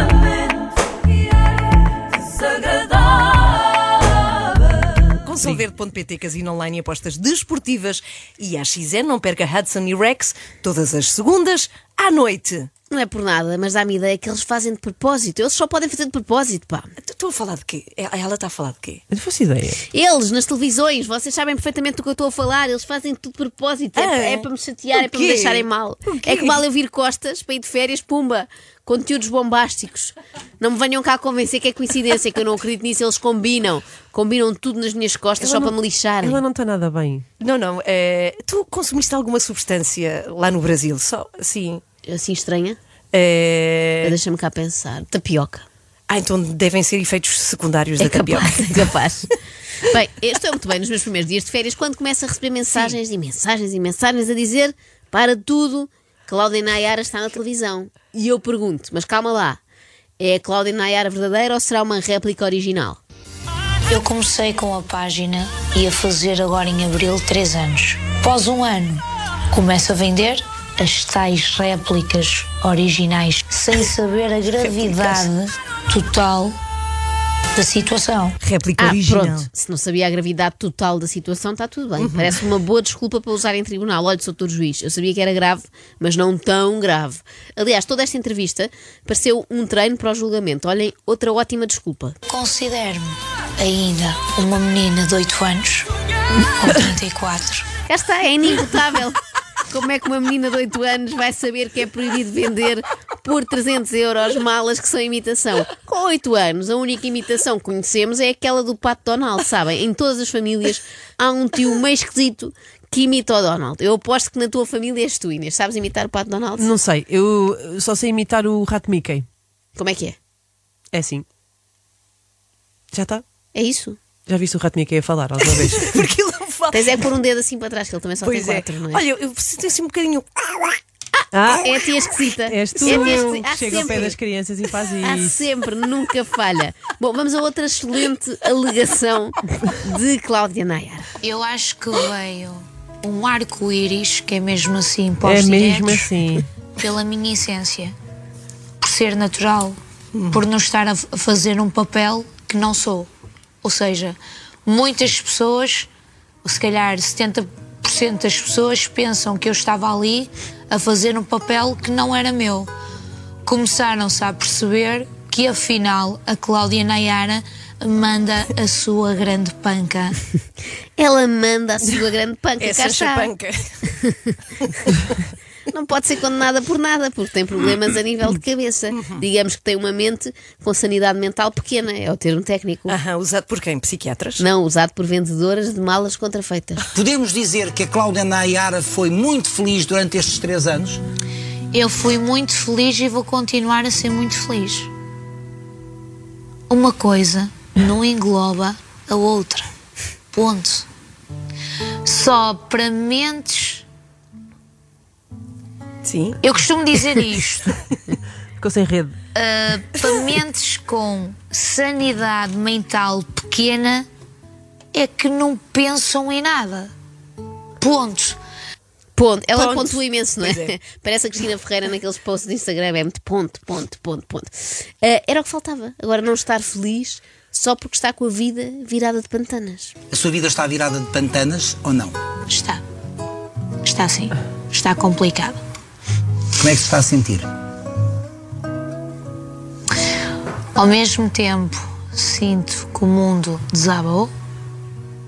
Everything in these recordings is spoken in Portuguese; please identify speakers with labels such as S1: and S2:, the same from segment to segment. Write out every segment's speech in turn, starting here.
S1: Extremamente desagradável.
S2: Com solverde.pt, casino online e apostas desportivas. E a XN não perca Hudson e Rex todas as segundas à noite.
S3: Não é por nada, mas dá-me ideia que eles fazem de propósito. Eles só podem fazer de propósito, pá.
S2: Estou a falar de quê? É, Ela está a falar de quê?
S4: Eu não faço ideia.
S3: Eles, nas televisões, vocês sabem perfeitamente do que eu estou a falar, eles fazem tudo de propósito. É,
S2: Ah,
S3: é para me chatear,
S2: o
S3: é para me
S2: quê?
S3: deixarem mal.
S2: O quê?
S3: É que vale eu vir costas para ir de férias, pumba. Conteúdos bombásticos. Não me venham cá convencer que é coincidência, que eu não acredito nisso. Eles combinam. Combinam tudo nas minhas costas só para me lixarem.
S4: Ela não está nada bem.
S2: Não, não. eh, tu consumiste alguma substância lá no Brasil? Só assim.
S3: Assim estranha?
S2: eh,
S3: Deixa-me cá pensar. Tapioca.
S2: Ah, então devem ser efeitos secundários
S3: É
S2: da tapioca.
S3: capaz, é capaz. bem, eu estou muito bem nos meus primeiros dias de férias quando começo a receber mensagens e mensagens e mensagens a dizer para tudo, Cláudia e Nayara está na televisão. E eu pergunto, mas calma lá, é a Cláudia e Nayara verdadeira ou será uma réplica original?
S5: Eu comecei com a página e a fazer agora em abril três anos. Após um ano, começo a vender as tais réplicas originais, sem saber a gravidade total da situação.
S2: Réplica
S3: Ah,
S2: original.
S3: pronto, se não sabia a gravidade total da situação, está tudo bem. Parece uma boa desculpa para usar em tribunal. Olha, sou doutor juiz, eu sabia que era grave, mas não tão grave. Aliás, toda esta entrevista pareceu um treino para o julgamento. Olhem, outra ótima desculpa.
S5: Considero-me ainda uma menina de 8 anos, com 34.
S3: Cá está, é inimputável. Como é que uma menina de 8 anos vai saber que é proibido vender por 300 euros malas que são imitação? Com 8 anos, a única imitação que conhecemos é aquela do Pato Donald, sabem? Em todas as famílias há um tio meio esquisito que imita o Donald. Eu aposto que na tua família és tu, Inês. Sabes imitar o Pato Donald?
S4: Não sei, eu só sei imitar o rato Mickey.
S3: Como é que é?
S4: É assim. Já está?
S3: É isso?
S4: Já viste o rato Mickey a falar alguma vez?
S2: Porque ele não fala.
S3: Tens é que pôr um dedo assim para trás, que ele também só
S2: Pois
S3: tem
S2: é.
S3: 4, não é?
S2: Olha, eu sinto assim um bocadinho.
S4: ah,
S3: é a tia esquisita.
S4: és tu
S3: É a tia esquisita.
S4: que
S3: Há
S4: chega ao pé
S3: sempre.
S4: das crianças e faz
S3: Há
S4: isso.
S3: sempre, nunca falha. Bom, vamos a outra excelente alegação de Cláudia Nayar.
S5: Eu acho que veio um arco-íris, que é mesmo assim, para
S4: É
S5: os
S4: mesmo
S5: diretos.
S4: assim.
S5: pela minha essência, por ser natural, por não estar a f- a fazer um papel que não sou. Ou seja, muitas pessoas, ou se calhar 70% das pessoas, pensam que eu estava ali a fazer um papel que não era meu. Começaram-se a perceber que afinal a Cláudia Nayara manda a sua grande panca.
S3: Ela manda a sua grande panca.
S2: É
S3: cá está.
S2: Sancha Panca.
S3: Não pode ser condenada por nada, porque tem problemas a nível de cabeça. Digamos que tem uma mente com sanidade mental pequena, é o termo técnico.
S2: Aham, usado por quem? Psiquiatras?
S3: Não usado por vendedoras de malas contrafeitas.
S6: Podemos dizer que a Cláudia Nayara foi muito feliz durante estes três anos?
S5: Eu fui muito feliz e vou continuar a ser muito feliz. Uma coisa não engloba a outra. Ponto. Só para mentes.
S2: Sim.
S5: Eu costumo dizer isto.
S4: Ficou sem rede.
S5: para mentes com sanidade mental pequena é que não pensam em nada. Ponto.
S3: Ponto. Ela
S2: Ponto.
S3: pontua imenso, não é?
S2: Pois é.
S3: Parece a Cristina Ferreira naqueles posts do Instagram. É muito ponto, ponto, ponto, ponto. Ah, era o que faltava. Agora, não estar feliz só porque está com a vida virada de pantanas.
S6: A sua vida está virada de pantanas ou não? Como
S5: Está. Está assim. Está complicado.
S6: é que se está a sentir?
S5: Ao mesmo tempo, sinto que o mundo desabou,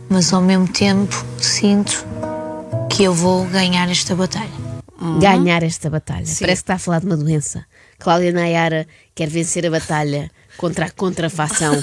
S5: mas ao mesmo tempo, sinto que eu vou ganhar esta batalha.
S2: Uhum.
S3: ganhar esta batalha. Parece que está a falar de uma doença. Cláudia Nayara quer vencer a batalha contra a contrafação.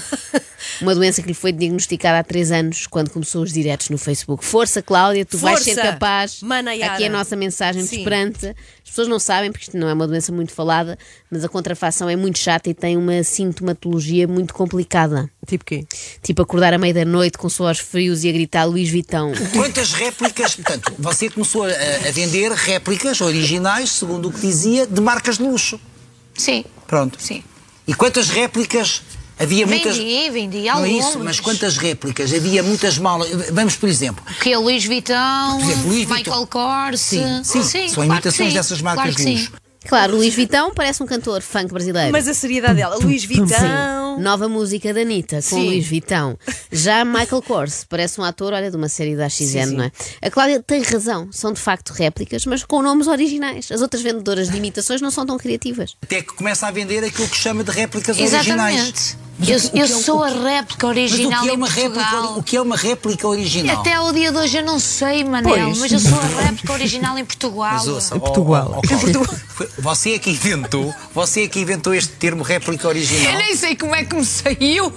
S3: uma doença que lhe foi diagnosticada há três anos, quando começou os diretos no Facebook. Força, Cláudia, tu vais ser
S2: Força,
S3: capaz.
S2: Mana Yara.
S3: Aqui é a nossa mensagem de
S2: Sim.
S3: esperança. As pessoas não sabem, porque isto não é uma doença muito falada, mas a contrafação é muito chata e tem uma sintomatologia muito complicada.
S4: Tipo quê?
S3: Tipo acordar à meia da noite com suores frios e a gritar Luís Vitão.
S6: Quantas réplicas? Portanto, você começou a, a vender réplicas originais, segundo o que dizia, de marcas de luxo.
S5: Sim,
S6: Pronto.
S5: sim.
S6: E quantas réplicas? Havia muitas.
S5: Vendi, vendi
S6: Não é
S5: alguns.
S6: isso, mas quantas réplicas? Havia muitas malas. Vamos, por exemplo,
S5: Que é Luís Vitão,
S6: Por exemplo, Louis Vuitton.
S5: Michael Kors.
S6: Sim, sim, são
S5: claro que
S6: imitações
S5: sim,
S6: dessas
S5: claro
S6: marcas
S5: que
S6: de
S5: sim.
S6: luxo.
S3: Claro, Luís Vitão parece um cantor funk brasileiro.
S2: Mas a seriedade dela, Luís Vitão.
S3: Nova música da Anitta com
S2: Sim.
S3: Luís Vitão. Já Michael Kors parece um ator, olha, de uma série da XN, não é? A Cláudia tem razão, são de facto réplicas, mas com nomes originais. As outras vendedoras de imitações não são tão criativas.
S6: Até que começa a vender aquilo que chama de réplicas originais.
S5: Exatamente.
S6: Mas
S5: Eu,
S6: o que- o
S5: eu
S6: que é o-
S5: sou
S6: o
S5: a
S6: que-
S5: réplica
S6: Mas o
S5: original
S6: que é uma
S5: em
S6: réplica,
S5: Portugal.
S6: ori- o é? que é uma réplica original?
S5: Até ao dia de hoje eu não sei, Manel,
S4: Pois.
S5: mas eu sou a réplica original em Portugal.
S6: Mas ouça, ó,
S4: Portugal.
S6: ó, ó, Cláudia, foi- Você é que inventou, você é que inventou este termo réplica original.
S5: Eu nem sei como é que me saiu.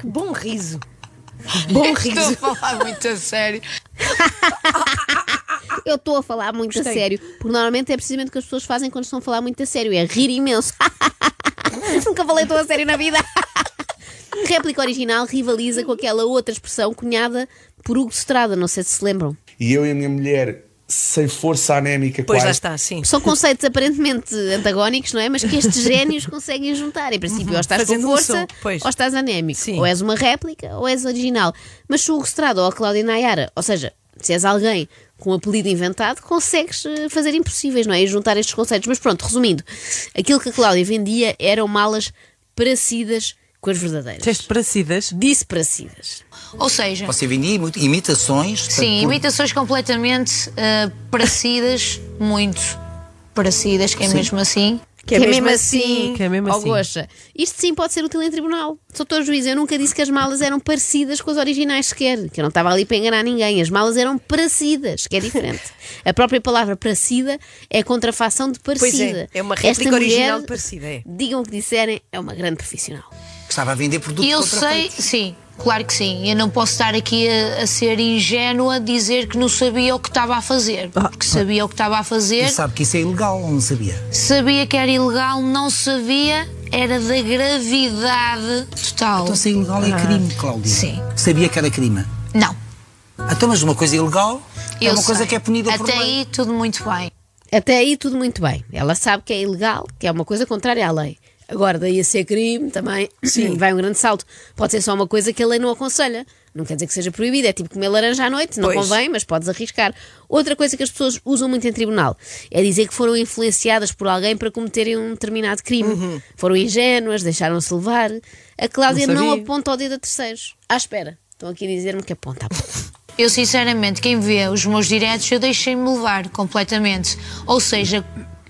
S2: Que bom riso. Bom
S5: Estou a
S2: riso.
S5: falar muito a sério.
S3: Eu estou a falar muito a sério, porque normalmente é precisamente o que as pessoas fazem quando estão a falar muito a sério, é rir imenso. Nunca falei tão a sério na vida. Réplica original rivaliza com aquela outra expressão cunhada por Hugo de Estrada, não sei se se lembram.
S7: E eu e a minha mulher, sem força anémica
S2: Pois lá
S7: quase,
S2: está, sim.
S3: São conceitos aparentemente antagónicos, não é? Mas que estes génios conseguem juntar. Em princípio, ou estás
S2: Fazendo
S3: com
S2: um
S3: força,
S2: som, pois.
S3: ou estás anémico.
S2: Sim.
S3: Ou és uma réplica, ou és original. Mas se o Hugo Estrada ou a Cláudia Nayara, ou seja, se és alguém com um apelido inventado, consegues eh, fazer impossíveis, não é? E juntar estes conceitos. Mas pronto, resumindo, aquilo que a Cláudia vendia eram malas parecidas com as verdadeiras.
S4: Teste parecidas?
S3: Disse parecidas.
S5: Ou seja,
S6: Você vendia imi- imitações? portanto,
S5: é- sim,
S6: por-
S5: imitações completamente ah, parecidas, muito parecidas, que é mesmo assim.
S3: Que é, mesmo assim,
S4: que é mesmo
S3: ó
S4: assim.
S3: Goxa. Isto sim pode ser útil em tribunal. Doutor Juiz, eu nunca disse que as malas eram parecidas com as originais sequer, que eu não estava ali para enganar ninguém. As malas eram parecidas, que é diferente. A própria palavra parecida é contrafação de parecida.
S2: é uma
S3: Esta
S2: réplica original
S3: mulher,
S2: de parecida, é.
S3: Digam o que disserem, é uma grande profissional.
S6: que Estava a vender produtos
S5: E eu sei,
S6: contrafeitos.
S5: sim, claro que sim. Eu não posso estar aqui a, a ser ingênua a dizer que não sabia o que estava a fazer.
S6: Ah,
S5: Porque sabia o que estava a fazer,
S6: E sabe que isso é ilegal, não sabia?
S5: sabia que era ilegal, não sabia, era da gravidade total.
S6: Então, se é ilegal é crime, Cláudia.
S5: Ah, Sim.
S6: Sabia que era crime.
S5: Não,
S6: Então, mas uma coisa ilegal é
S5: eu
S6: uma coisa
S5: sei.
S6: que é punida por
S5: Até
S6: lei.
S5: aí tudo muito bem.
S3: Até aí tudo muito bem. Ela sabe que é ilegal, que é uma coisa contrária à lei. Agora, daí a ser crime também, Sim. vai um grande salto. Pode ser só uma coisa que a lei não aconselha. Não quer dizer que seja proibida, é tipo comer laranja à noite, não
S2: Pois.
S3: convém, mas podes arriscar. Outra coisa que as pessoas usam muito em tribunal é dizer que foram influenciadas por alguém para cometerem um determinado crime. Foram ingênuas, deixaram-se levar. A Cláudia
S4: Não
S3: não,
S4: sabia.
S3: aponta o dedo a terceiros. À espera. Estão aqui a dizer-me que aponta. aponta.
S5: Eu, sinceramente, quem vê os meus diretos, eu deixei-me levar completamente. Ou seja,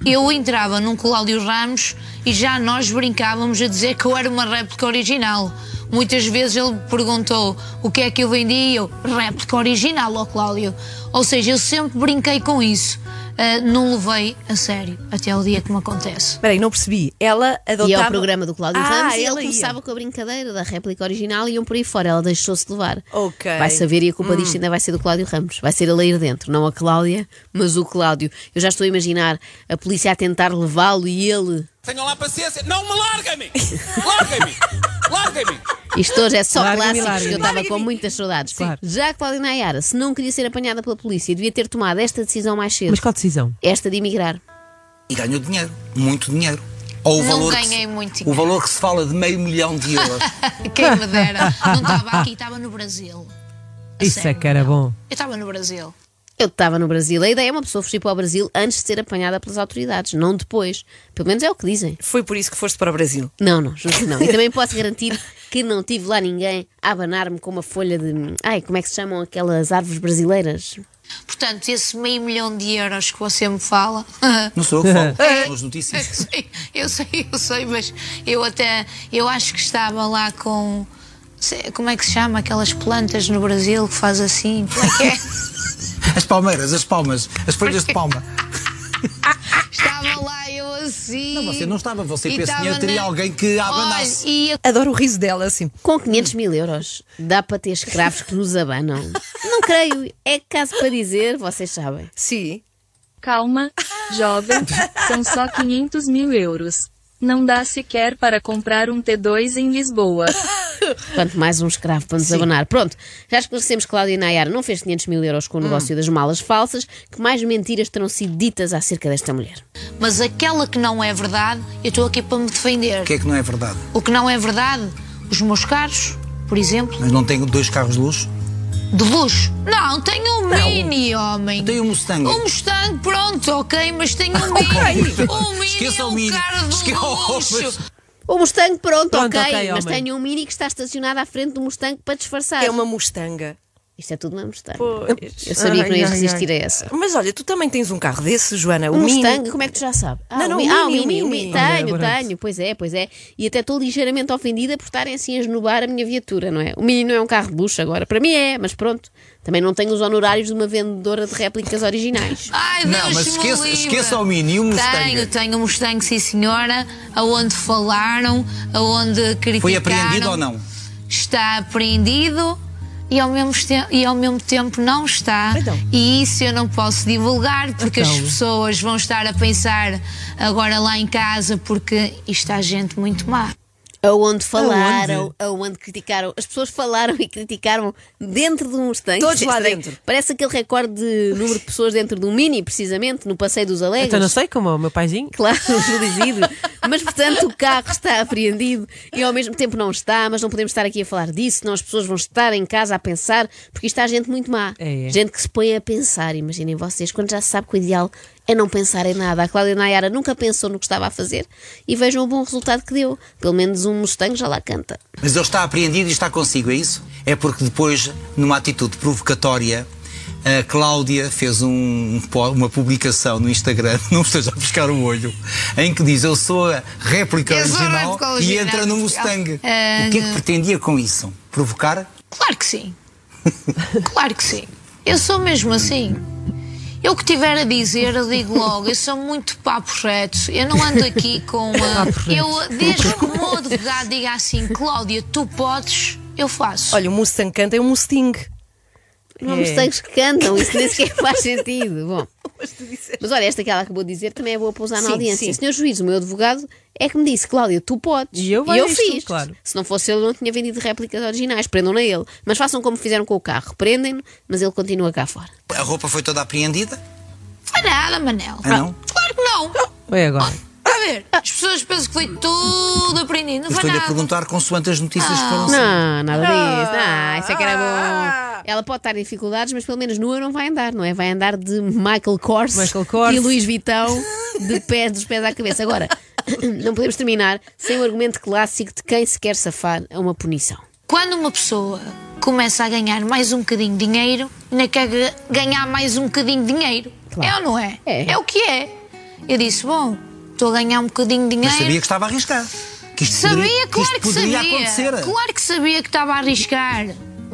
S5: eu entrava num Cláudio Ramos e já nós brincávamos a dizer que eu era uma réplica original. Muitas vezes ele perguntou o que é que eu vendi e eu, réplica original, ó Cláudio. Ou seja, eu sempre brinquei com isso. Ah, não levei a sério até o dia que me acontece.
S2: Espera aí, não percebi. Ela adotava...
S3: E ao programa do Cláudio
S2: ah,
S3: Ramos e ele
S2: ela ia.
S3: começava com a brincadeira da réplica original e iam por aí fora. Ela deixou-se levar.
S2: Ok. Hum.
S3: Vai saber e a culpa disto ainda vai ser do Cláudio Ramos. Vai ser ele a ir dentro. Não a Cláudia, mas o Cláudio. Eu já estou a imaginar a polícia a tentar levá-lo e ele.
S8: Tenham lá paciência. Não me larguem-me! Larguem-me! Larguem-me!
S3: Isto hoje é só
S4: Larga-me,
S3: clássicos que eu
S4: larga-me.
S3: estava com muitas saudades.
S4: Claro.
S3: Já a Cláudia Nayara, se não queria ser apanhada pela polícia, devia ter tomado esta decisão mais cedo.
S4: Mas qual decisão?
S3: Esta de emigrar.
S6: E ganhou dinheiro, muito dinheiro. Ou o
S5: Não
S6: valor que
S5: ganhei
S6: se,
S5: muito
S6: O
S5: dinheiro.
S6: valor que se fala de meio milhão de euros.
S5: Quem me dera. Não estava aqui, estava no Brasil. A
S4: Isso é
S5: sério,
S4: que era bom.
S5: Eu estava no Brasil.
S3: Eu estava no Brasil. A ideia é uma pessoa fugir para o Brasil antes de ser apanhada pelas autoridades, não depois. Pelo menos é o que dizem.
S2: Foi por isso que foste para o Brasil.
S3: Não, não, juro que não. E também posso garantir que não tive lá ninguém a abanar-me com uma folha de. Ai, como é que se chamam aquelas árvores brasileiras?
S5: Portanto, esse meio milhão de euros que você me fala.
S6: Não sou eu que falo,
S5: É.
S6: são as
S5: Eu
S6: notícias.
S5: sei, eu sei, eu sei, mas eu até. Eu acho que estava lá com. sei- Como é que se chama? Aquelas plantas no Brasil que faz assim. Como é que é?
S6: As palmeiras, as palmas, as folhas de palma.
S5: Estava lá eu assim.
S6: Não, você não estava, você
S5: e
S6: pensa
S5: estava
S6: que teria alguém que a abanasse.
S5: Olha, ia
S2: Adoro o riso dela assim.
S3: Com 500 mil euros, dá para ter escravos que nos abanam? Não creio. É caso para dizer, vocês sabem.
S2: Sim.
S9: Calma, jovem, são só 500 mil euros. Não dá sequer para comprar um T2 em Lisboa.
S3: Quanto mais um escravo para nos abanar. Pronto, já esclarecemos que Cláudia Nayar não fez 500 mil euros
S4: Hum.
S3: com o negócio das malas falsas. Que mais mentiras terão sido ditas acerca desta mulher?
S5: Mas aquela que não é verdade, eu estou aqui para me defender.
S6: O que é que não é verdade?
S5: O que não é verdade, os meus carros, por exemplo,
S6: Mas não tenho dois carros de luxo?
S5: de luxo. Não, tenho um mini, homem.
S6: Tenho um Mustang.
S5: Um Mustang, pronto, ok, mas tenho um mini. um mini,
S6: Esqueça o
S5: um
S6: Mini.
S5: carro de
S6: Esque- Oh,
S5: luxo.
S3: O Mustang, pronto,
S4: Pronto,
S3: ok,
S4: ok,
S3: mas
S4: homem.
S3: tenho um mini que está estacionado à frente do Mustang para disfarçar.
S2: É uma mustanga.
S3: Isto é tudo uma Mustang.
S2: Pois.
S3: Eu sabia que não
S2: Ai,
S3: ia
S2: ai,
S3: resistir
S2: ai.
S3: a essa.
S2: Mas olha, tu também tens um carro desse, Joana? O
S3: Um
S2: Mini.
S3: Mustang, como é que tu já sabes? Ah,
S2: Não, não, o
S3: o Mini, ah, o
S2: Mini,
S3: Mini,
S2: o Mini,
S3: o
S2: o Mini.
S3: Mini.
S4: Olha,
S3: Tenho,
S4: agora-
S3: tenho, pois é, pois é. E até estou ligeiramente ofendida por estarem assim a esnobar a minha viatura, não é? O Mini não é um carro de luxo agora. Para mim é, mas pronto. Também não tenho os honorários de uma vendedora de réplicas originais.
S5: Ai, Deus
S6: Não, mas
S5: me
S6: esqueça,
S5: livre.
S6: esqueça o Mini e o Mustang.
S5: Tenho, tenho um Mustang, sim senhora, aonde falaram, aonde criticaram.
S6: Foi apreendido ou não?
S5: Está apreendido e ao mesmo, te- e ao mesmo tempo não está.
S2: Então.
S5: E isso eu não posso divulgar porque as
S6: Então.
S5: pessoas vão estar a pensar agora lá em casa porque isto há gente muito má.
S3: Aonde falaram, aonde? criticaram. As pessoas falaram e criticaram dentro de um Mustang.
S2: Todos
S3: Isto é
S2: lá
S3: estranho.
S2: dentro.
S3: Parece aquele recorde de número de pessoas dentro de um Mini, precisamente, no Passeio dos Alegres.
S4: Então não sei como é o meu paizinho.
S3: Claro, judicido. Mas, portanto, o carro está apreendido e ao mesmo tempo não está, mas não podemos estar aqui a falar disso, senão as pessoas vão estar em casa a pensar, porque isto há gente muito má.
S4: É, é.
S3: Gente que se põe a pensar, imaginem vocês, quando já se sabe que o ideal é não pensar em nada. A Cláudia Nayara nunca pensou no que estava a fazer e vejam o bom resultado que deu. Pelo menos um Mustang já lá canta.
S6: Mas ele está apreendido e está consigo, é isso? É porque depois, numa atitude provocatória, a Cláudia fez um- um po- uma publicação no Instagram, não esteja a buscar o olho, em que diz eu sou a réplica
S5: Eu sou a
S6: original
S5: réplica
S6: e
S5: original.
S6: entra no Mustang.
S5: Ah,
S6: o que é que pretendia com isso? Provocar?
S5: Claro que sim. Claro que sim. Eu sou mesmo assim. Eu que tiver a dizer, eu digo logo, eu sou muito papo reto. Eu não ando aqui com. ah, eu, desde que o meu advogado diga assim, Cláudia, tu podes, eu faço.
S2: Olha, o Mustang canta é um Mustang.
S3: Não há
S4: É.
S3: Mustangs que cantam, isso nem sequer faz sentido. Bom. Mas olha, esta que ela acabou de dizer também é boa para usar
S2: Sim,
S3: na audiência.
S2: sim.
S3: Senhor juiz, o meu advogado é que me disse, Cláudia, tu podes.
S4: E eu valho isto,
S3: fiz.
S4: claro.
S3: Se não fosse ele, eu não tinha vendido réplicas originais. Prendam-no a ele. Mas façam como fizeram com o carro. Prendem-no, mas ele continua cá fora.
S6: A roupa foi toda apreendida?
S5: Foi nada, Manel.
S6: Ah, não?
S5: Claro que não.
S4: Oi agora.
S5: A ver, as pessoas pensam que foi tudo aprendido. Não
S6: Eu
S5: foi
S6: Estou-lhe a
S5: nada. Ah.
S6: perguntar consoante as notícias que foram saindo.
S3: Não, nada disso.
S4: Ah,
S3: Não, isso é que era bom. Ela pode estar em dificuldades, mas pelo menos nua não vai andar, não é? Vai andar de Michael Kors,
S4: Michael Kors.
S3: e Luís Vitão de pés, dos pés à cabeça. Agora, não podemos terminar sem o argumento clássico de quem se quer safar a uma punição.
S5: Quando uma pessoa começa a ganhar mais um bocadinho de dinheiro, ainda quer ga- ganhar mais um bocadinho de dinheiro. É ou não é?
S3: É.
S5: o que é. Eu disse, bom, estou a ganhar um bocadinho de
S6: Mas
S5: dinheiro.
S6: sabia que estava a arriscar. Que isto
S5: Sabia,
S6: poderia, que
S5: claro
S6: isto
S5: que
S6: poderia
S5: sabia.
S6: acontecer.
S5: Claro que sabia que estava a arriscar.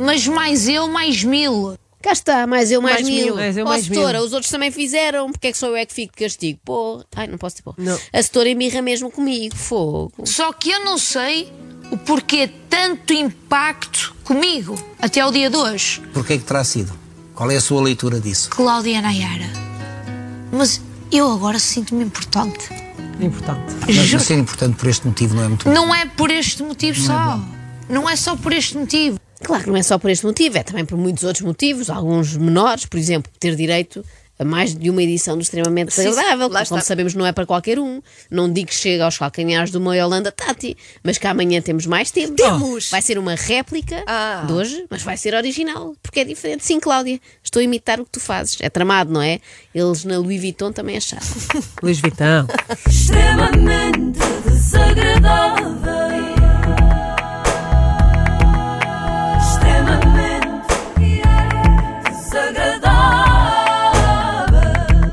S5: Mas mais eu, mais mil.
S3: Cá está, mais eu, mais,
S4: Mais
S3: mil.
S4: mil, mais eu,
S3: Ó,
S4: mais mil.
S3: setora, os outros também fizeram, porque é que sou eu é que fico de castigo? Pô, ai, não posso ter pô.
S4: Não.
S3: A setora emirra mesmo comigo, fogo.
S5: Só que eu não sei o porquê tanto impacto comigo até ao dia de hoje.
S6: Porquê é que terá sido? Qual é a sua leitura disso?
S5: Cláudia Nayara. Mas eu agora sinto-me importante.
S4: Importante.
S6: Mas não ser importante por este motivo não é muito
S5: Não é por este motivo só. não é só por este motivo.
S3: Claro que não é só por este motivo, é também por muitos outros motivos, alguns menores, por exemplo, ter direito a mais de uma edição do extremamente
S2: Sim, sim,
S3: desagradável,
S2: lá
S3: que, como
S2: está.
S3: sabemos não é para qualquer um. Não digo que chega aos calcanhares de uma Yolanda Tati, mas que amanhã temos mais tempo.
S2: Temos!
S3: Vai ser uma réplica
S2: Ah.
S3: de hoje, mas vai ser original, porque é diferente. Sim, Cláudia, estou a imitar o que tu fazes. É tramado, não é? Eles na Louis Vuitton também acharam.
S4: Luís Vitão.
S1: extremamente desagradável. Extremamente desagradável.